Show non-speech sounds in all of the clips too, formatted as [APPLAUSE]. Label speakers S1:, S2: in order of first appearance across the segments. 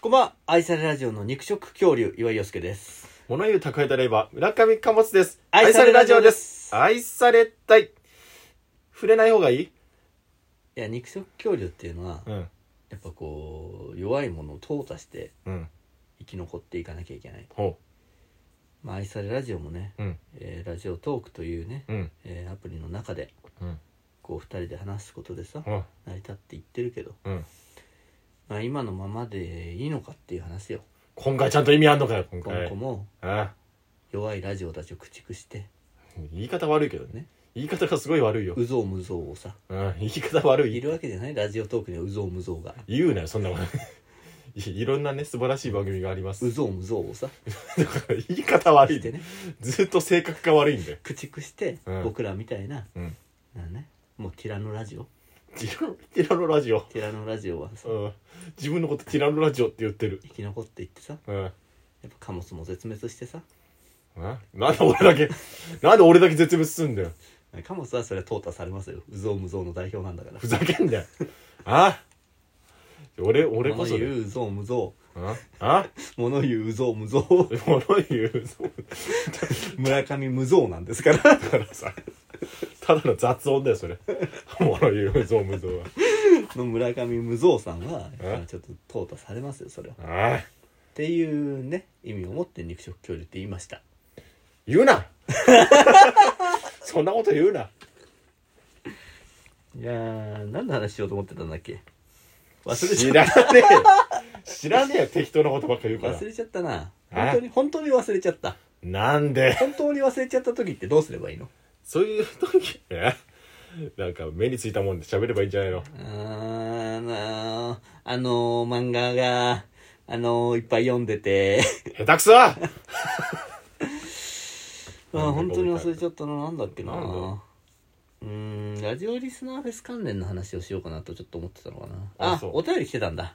S1: こんばんは愛されラジオの肉食恐竜岩井陽介です
S2: 物言う宅配ドライバー、村上貨物です。
S1: 愛されラジオです
S2: 愛されたい。触れない方がいい
S1: いや肉食恐竜っていうのは、
S2: うん。
S1: やっぱこう弱いものを淘汰して
S2: うん。
S1: 生き残っていかなきゃいけない、
S2: ほ
S1: まあ、愛されラジオもね、
S2: う。うん。
S1: えーラジオトークというね、
S2: うん。
S1: えーアプリの中で
S2: うん。
S1: こう2人で話すことでさ
S2: うん。
S1: 成り立っていってるけど、
S2: うん。
S1: まあ、今のままでいいのかっていう話よ
S2: 今回ちゃんと意味あんのかよ、今
S1: 今
S2: 回
S1: 後。も
S2: ああ
S1: 弱いラジオたちを駆逐して
S2: 言い方悪いけど
S1: ね
S2: ね。言い方がすごい悪いよ。
S1: うぞうむぞうをさ
S2: うん。言い方悪
S1: い
S2: い。
S1: るわけじゃないラジオトークにはうぞうむぞうが
S2: 言うなよ、そんなも [LAUGHS] ん。いいろんなね、素晴らしい番組があります
S1: う。ぞうむぞうをさ
S2: だから [LAUGHS] 言い方悪い
S1: して
S2: ね。
S1: ね
S2: ずっと性格が悪いんだよ。
S1: 駆逐して、
S2: うん
S1: 僕らみたいな、
S2: うん
S1: なんね、もうティラノラジオ
S2: ティラノティラノラジオ。
S1: ティラノラジオはさ、
S2: うん。自分のことティラノラジオって言ってる。
S1: 生き残っていってさや
S2: うん。
S1: っぱ貨物も絶滅してさ
S2: なんで俺だけ、なんで俺だけ絶滅すんだよ。
S1: 貨物はそれは淘汰されますようぞうむぞうの代表なんだから
S2: ふざけんなよ。あ俺、俺こ
S1: 物
S2: そだよ。
S1: 言ううぞうむぞ
S2: ああ
S1: う物言ううぞうむぞう
S2: 物言う。そう
S1: 村上無造なんですから [LAUGHS]
S2: だからさ、ただの雑音だよ、それ。物言う、ゾウムゾウは。
S1: の村上無造さんは
S2: え
S1: やっぱちょっと淘汰されますよそれはっ
S2: ああ
S1: ていうね意味を持って肉食恐竜って言いました
S2: 言うなそんなこと言うな。
S1: いやー何の話しようと思ってたんだっけ忘れちゃ
S2: 知
S1: っ
S2: らねえよ。知らねえよ、適当なことばっか言う
S1: た
S2: から
S1: 忘。れちゃったな
S2: え
S1: 本当に本当に忘れちゃった
S2: なんで
S1: 本当に忘れちゃった時ってどうすればいいの
S2: そういう時、えなんか目についたもんで喋ればいいんじゃないの
S1: あーなーあのー、漫画が、あのー、いっぱい読んで
S2: [LAUGHS]
S1: て、
S2: 下手くそ
S1: あ
S2: な
S1: ー
S2: んで
S1: 本当に忘れちゃったな、なんだっけな
S2: なんだ
S1: うーん、ラジオリスナーフェス関連の話をしようかなとちょっと思ってたのかな。
S2: あ
S1: あ
S2: そう
S1: お便り来てたんだ。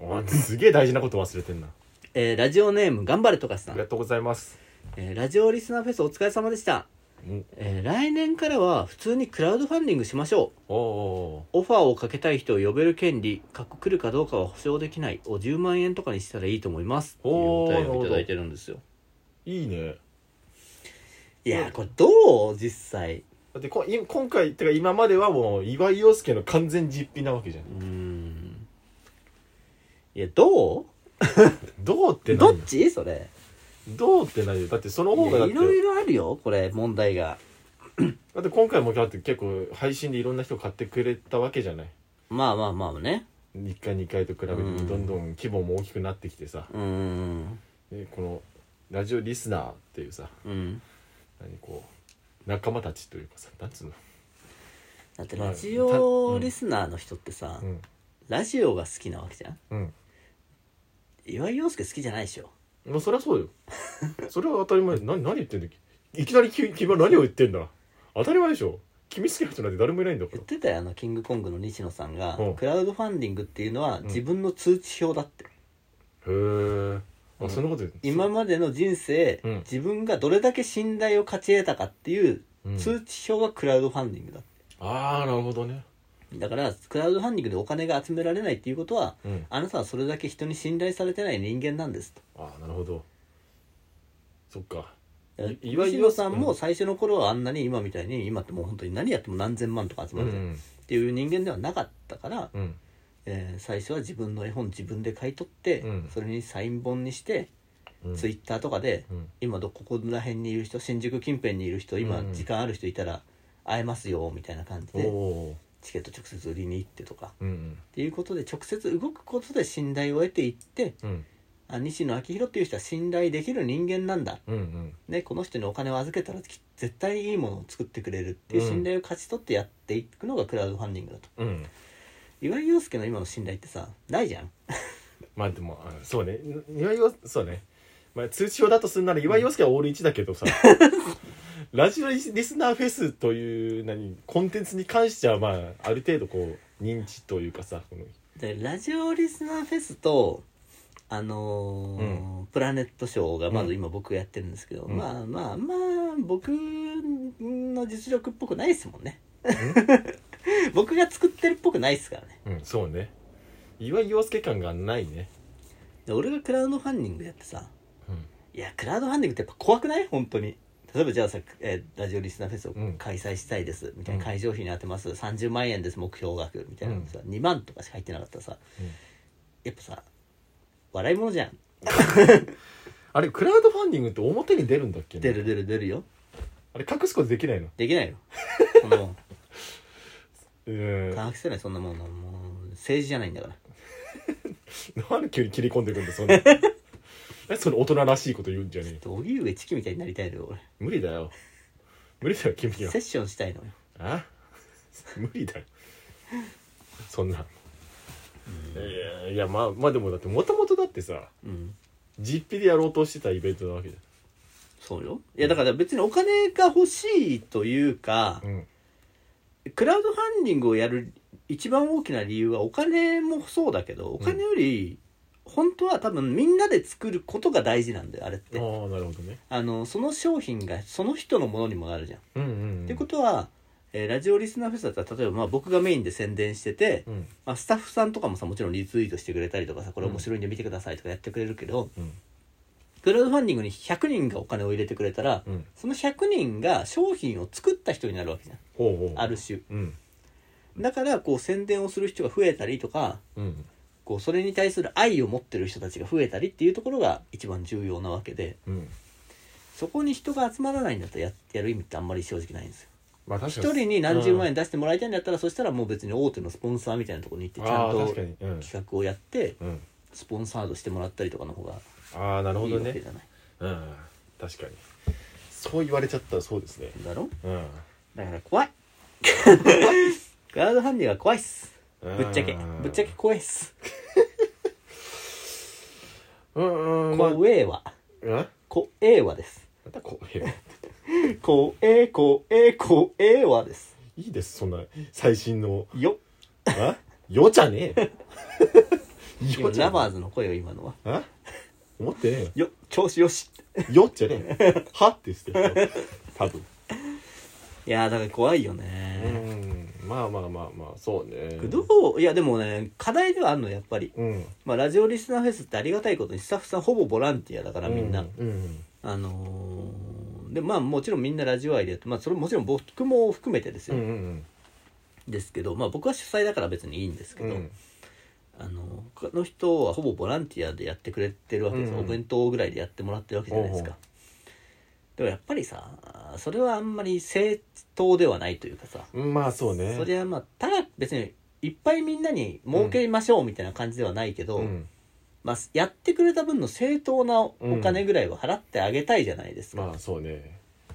S2: おいすげえ大事なこと忘れてんな
S1: えー、ラジオネーム、頑張れとかし
S2: あ
S1: さ
S2: りが
S1: ん。
S2: とうございます
S1: えー、ラジオリスナーフェスお疲れ様でした。
S2: うん
S1: えー、来年からは普通にクラウドファンディングしましょう。
S2: おお
S1: オファーをかけたい人を呼べる権利、かっこ来るかどうかは保証できないを10万円とかにしたらいいと思います。っていうお
S2: おー
S1: 便りをいただいてるんですよ。
S2: いいね
S1: いやー、これどう実際。
S2: だってこい今回てか今まではもう岩井陽介の完全実費なわけじゃん
S1: うーん。いや、どう
S2: どうって
S1: ど
S2: 何
S1: っちそれ。
S2: どうって何よだってその
S1: い
S2: 方がだ
S1: や
S2: って
S1: いろいろあるよ、これ、問題が。
S2: だって今回もだって結構配信でいろんな人買ってくれたわけじゃない
S1: まあまあまあね。
S2: 1回2回と比べてど
S1: うん
S2: んどん規模も大きくなってきてさ
S1: うーん。
S2: でこのラジオリスナーっていうさ
S1: うん。
S2: 何こう仲間たちというかさなんつうの
S1: だって、
S2: まあ
S1: ラジオリスナーの人ってさ、
S2: うん
S1: ラジオが好きなわけじゃん
S2: うん
S1: 岩井陽介好きじゃないでしょ。
S2: まあそりゃそうよそれは当たり前な何言ってんだいきなり君君は何を言ってんだ当たり前でしょ君好きな人なんて誰もいないんだか
S1: 言ってたよあのキングコングの西野さんが
S2: うん
S1: クラウドファンディングっていうのは自分の通知表だって、
S2: らへえ
S1: うん
S2: あそんなこと言う
S1: 今までの人生、
S2: うん
S1: 自分がどれだけ信頼を勝ち得たかっていう
S2: うん
S1: 通知表がクラウドファンディングだって
S2: ああなるほどね
S1: だからクラウドファンディングでお金が集められないっていうことは
S2: うん
S1: あなたはそれだけ人に信頼されてない人間なんですと
S2: ああなるほどそっかいいわゆ
S1: 西
S2: る
S1: 野さんも
S2: うん
S1: 最初の頃はあんなに今みたいに今ってもう本当に何やっても何千万とか集まるじゃんっていう人間ではなかったから、
S2: うん
S1: えー最初は自分の絵本自分で買い取って、
S2: うん
S1: それにサイン本にして、
S2: うん
S1: ツイッターとかで、
S2: うん
S1: 今どここら辺にいる人新宿近辺にいる人今
S2: うん
S1: 時間ある人いたら会えますよみたいな感じ
S2: お
S1: で、
S2: お
S1: チケット直接売りに行ってとか
S2: ーうん
S1: っていうことで直接動くことで信頼を得ていって
S2: うんうん
S1: あ西野昭弘っていう人は信頼できる人間なんだ、
S2: うんうん
S1: ね、この人にお金を預けたらき絶対いいものを作ってくれるっていう
S2: うん
S1: 信頼を勝ち取ってやっていくのがクラウドファンディングだと
S2: うん
S1: 岩井陽介の今の信頼ってさないじゃん
S2: まあでもあそうね岩井陽そうね、まあ、通知表だとするなら岩井陽介はオール1だけどさ
S1: [LAUGHS]
S2: ラジオリスナーフェスという何コンテンツに関してはまあある程度こう認知というかさこの
S1: でラジオリスナーフェスとあのープラネットショーがまず今僕がやってるんですけど、
S2: うん
S1: まあまあまあ僕の実力っぽくないですもんね [LAUGHS] 僕が作ってるっぽくないですからね
S2: うんそうね岩井陽介感がないね
S1: で俺がクラウドファンディングやってさ
S2: うん
S1: いやクラウドファンディングってやっぱ怖くない本当に例えばじゃあさ、えーラジオリスナーフェスを
S2: うん
S1: 開催したいです、みたいうなん会場費に当てます30万円です目標額みたいなのさ、2万とかしか入ってなかったらさ
S2: うん
S1: やっぱさ笑い物じゃん
S2: あれクラウドファンディングって表に出るんだっけね
S1: 出る出る出るよ
S2: あれ隠すことできないの
S1: でき
S2: [LAUGHS]
S1: ないよそんなもん
S2: うーん [LAUGHS]
S1: 科学せないそんなもんもう政治じゃないんだから
S2: なんで急に切り込んでくんだ
S1: [LAUGHS]
S2: そんなえその大人らしいこと言うんじゃねえよ
S1: 荻上チキみたいになりたいのよ
S2: 無理だよ無理だよ君
S1: 俺
S2: は
S1: セッションしたいのよ
S2: あ [LAUGHS] 無理だよそんな、いやいやまあまあでもだってもともとだってさ
S1: うん
S2: 実費でやろうとしてたイベントなわけじ
S1: そうよいやだから別にお金が欲しいというか
S2: ゃん、うん、
S1: クラウドファンディングをやる一番大きな理由はお金もそうだけどお金より本当は多分みんなで作ることが大事なんだよあれっ
S2: あ
S1: て
S2: あなるほどね
S1: あのその商品がその人のものにもなるじゃん、
S2: うんうん
S1: ってことは、えーラジオリスナーフェスだったら例えばまあ僕がメインで宣伝してて、
S2: うん
S1: まあ、スタッフさんとかもさもちろんリツイートしてくれたりとかさこれ面白いんで見てくださいとかやってくれるけど、
S2: うん
S1: クラウドファンディングに100人がお金を入れてくれたら、
S2: うん
S1: その100人が商品を作った人になるわけじゃん
S2: ほうほう
S1: ある種
S2: うん
S1: だからこう宣伝をする人が増えたりとか
S2: うん
S1: こうそれに対する愛を持ってる人たちが増えたりっていうところが一番重要なわけで
S2: うん
S1: そこに人が集まらないんだったらややる意味ってあんまり正直ないんですよ
S2: まあ確か
S1: 一
S2: に
S1: 人に何十万円出してもらいたいんだったら、そしたらもう別に大手のスポンサーみたいなところに行ってちゃん
S2: あー
S1: と
S2: 確かにうん
S1: 企画をやって
S2: うん
S1: スポンサードしてもらったりとかの方が
S2: ああなるほ
S1: いい
S2: ど
S1: わ
S2: ね
S1: けじゃない
S2: うん確かにそう言われちゃったらそうですね
S1: だろ
S2: うん
S1: だから怖い [LAUGHS] クラウドファンディングは怖いっすぶっちゃけ
S2: うん
S1: ぶっちゃけ怖いっす
S2: うんうんまあ
S1: 怖えわ
S2: うん
S1: 怖えわです
S2: またこういや
S1: 怖え怖え怖えわです
S2: いいですそんな最新の
S1: よ
S2: あよじゃねえよ
S1: 今
S2: よじゃ
S1: ラ
S2: ね
S1: バーズの声よ今のは
S2: えあ思ってね
S1: よ調子よし
S2: えよよじゃねえはって言ってたよ多分
S1: いやーだから怖いよ
S2: う
S1: ね
S2: んまあまあまあまあそうね
S1: どういやでもね課題ではあるのやっぱり、
S2: うん
S1: まあ、ラジオリスナーフェスってありがたいことにスタッフさんほぼボランティアだからみんな、
S2: うんうん
S1: あのーでまあもちろんみんなラジオ愛でやって、まあ、それもちろん僕も含めてです
S2: う
S1: よ、
S2: んうん
S1: ですけど、まあ、僕は主催だから別にいいんですけ
S2: うん
S1: ど、
S2: うん
S1: あの他の人はほぼボランティアでやってくれてるわけですよ、
S2: うんうん
S1: お弁当ぐらいでやってもらってるわけじゃないです
S2: ほう
S1: かでもやっぱりさそれはあんまり正当ではないというかさ
S2: うんまあそうね
S1: そりゃまあただ別にいっぱいみんなに儲けましょうみたいな感じではないけど、
S2: うん
S1: まあ、やってくれた分の正当なお金ぐらいは払ってあげたいじゃないですか、
S2: まあそうね
S1: っ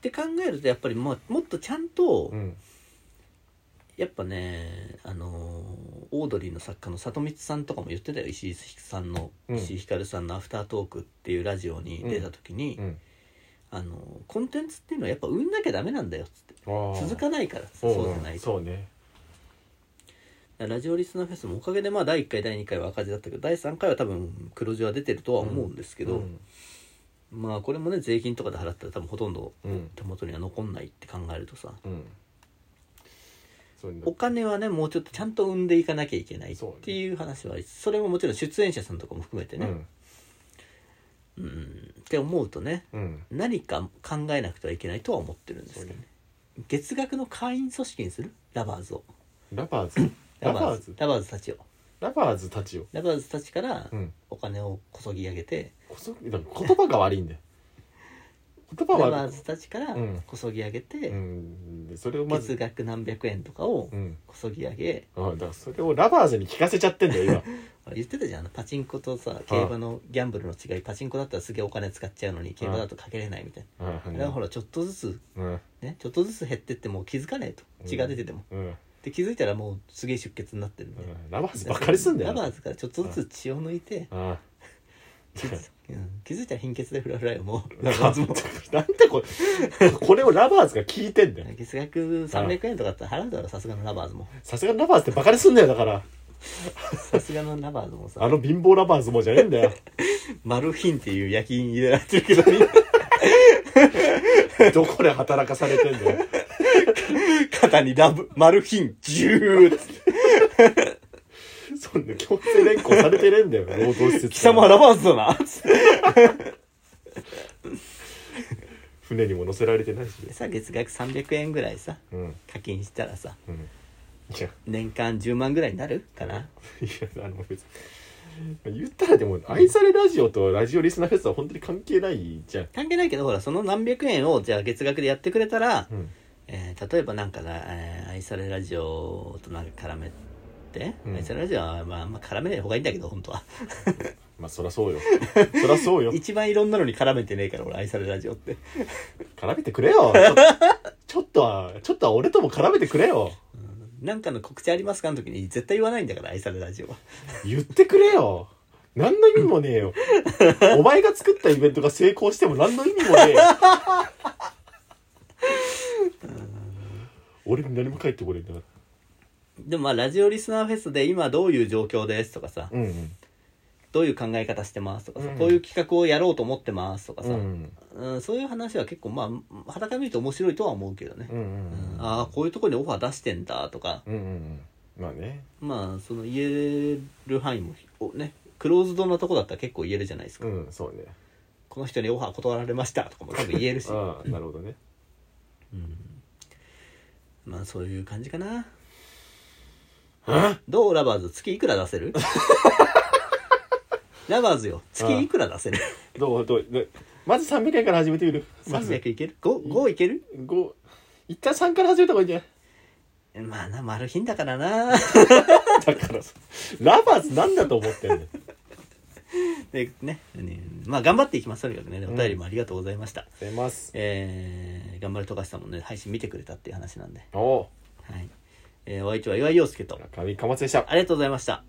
S1: て考えるとやっぱりもうもっとちゃんと
S2: うん
S1: やっぱねあのーオードリーの作家の里光さんとかも言ってたよ石井さんの、
S2: うん
S1: 石井ひかるさんの「アフタートーク」っていうラジオに出た時に、
S2: うん
S1: あのーコンテンツっていうのはやっぱ生んなきゃダメなんだよっつって
S2: あー
S1: 続かないからっつって
S2: うん
S1: そうじゃないと
S2: そうね
S1: ラジオリスナーフェスもおかげでまあ第1回第2回は赤字だったけど第3回は多分黒字は出てるとは思うんですけど、
S2: うん
S1: まあこれもね税金とかで払ったら多分ほとんど
S2: うん
S1: 手元には残んないって考えるとさ
S2: うんそうね
S1: お金はねもうちょっとちゃんと生んでいかなきゃいけないっていう話はそれももちろん出演者さんとかも含めてね、うんって思うとね
S2: うんうん
S1: 何か考えなくてはいけないとは思ってるんですけどね月額の会員組織にするラバーズを
S2: ラバーズラバーズ
S1: ラバーズたちを
S2: ラバーズたちを
S1: ラバーズたちから
S2: うん
S1: お金をこそぎ上げて、
S2: こそだから言葉が悪いんだよ言葉
S1: ラ
S2: は
S1: バー
S2: 悪
S1: ズたちから
S2: うん
S1: こそぎ上げて、
S2: いうんでそれをま
S1: 月
S2: ず
S1: 額何百円とかを
S2: うん
S1: こそぎ上げ、
S2: あだからそれをラバーズに聞かせちゃってんだよ
S1: 言ってたじゃんあのパチンコとさ競馬のギャンブルの違いパチンコだったらすげえお金使っちゃうのに競馬だとかけれないみたい [LAUGHS]
S2: 今あ
S1: なだからほらちょっとずつ
S2: うん
S1: ねちょっとずつ減ってってもう気づかないと血が出てても、
S2: うん
S1: で気づいたらもうすげえ出血になってるみたいな、
S2: うんラバーズばっかりすんだ
S1: ラ
S2: よ
S1: バーズからちょっとずつ血を抜いて、
S2: あ
S1: 気づうん気づいたら貧血でフラフラよもうラ
S2: [LAUGHS] ラ
S1: バ
S2: バ
S1: ーズも
S2: ーズなんでこれこれをラバーズが聞いてんだよ
S1: 月額300円とかだったら払うだろさすがのラバーズも
S2: さすがにラバーズってばかりすんだよだから
S1: さすがのラバーズも
S2: あ
S1: さ
S2: の貧乏ラバーズもじゃねえ
S1: [LAUGHS]
S2: んだよ
S1: マルヒンっていう夜勤入れられてるけどみんな
S2: どこで働かされてんだよ
S1: 肩にラブマルヒンジューって
S2: そそうね強制連行されてねえ
S1: [LAUGHS]
S2: んだよ労働施設
S1: 貴様ラバーズだなつって
S2: 船にも乗せられてないしね
S1: さ月額300円ぐらいさ
S2: うん
S1: 課金したらさ
S2: うんいや
S1: 年間10万ぐらいになるかな、
S2: いやあの別に言ったらでも愛されラジオとラジオリスナーフェスは本当に関係ないじゃん、
S1: 関係ないけどほらその何百円をじゃあ月額でやってくれたら、
S2: うん
S1: えー例えばなんかな、えー愛されラジオとなんか絡めて、
S2: うん
S1: 愛されラジオはまああんま絡めない方がいいんだけど本当は [LAUGHS]
S2: まあそらそうよそらそうよ
S1: 一番いろんなのに絡めてねえから俺愛されラジオって
S2: 絡めてくれよちょちょっとはちょっとは俺とも絡めてくれよ
S1: なんかの告知ありますかの時に絶対言わないんだから愛されラジオは
S2: 言ってくれよ何の意味もねえよお前が作ったイベントが成功しても何の意味もねえよ俺に何も返ってこれんだか
S1: でもまあラジオリスナーフェスで今どういう状況ですとかさ、
S2: らうんうん
S1: どういう考え方してますとかさ、
S2: うん
S1: こういう企画をやろうと思ってますとかさ、
S2: う
S1: うん
S2: ん
S1: そういう話は結構まあ裸見ると面白いとは思うけどね、
S2: うんうん
S1: ああこういうとこにオファー出してんだとか
S2: うんうんうんまあね
S1: まあその言える範囲もおねクローズドなとこだったら結構言えるじゃないですか、
S2: うんそうね
S1: この人にオファー断られましたとかも多分言えるし、
S2: ああなるほどね
S1: うんまあそういう感じかな
S2: あ
S1: どうラバーズ月いくら出せ
S2: [LAUGHS]
S1: るラバーズよ月いくら出せる
S2: どうどうどうまず300円から始めてみる
S1: [LAUGHS]
S2: まず
S1: 300いける 5, 5いける
S2: 5一旦3から始めた方がいいんじゃない
S1: まあな丸品だからな
S2: だからさラバーズなんだと思ってんの
S1: でねねまあ頑張っていきますけどねお便りもありがとうございました、
S2: 出ます
S1: えー頑張る富樫さんもね配信見てくれたっていう話なんで
S2: おお
S1: はい、えーお相手は岩井陽介と
S2: 上かまつでした
S1: ありがとうございました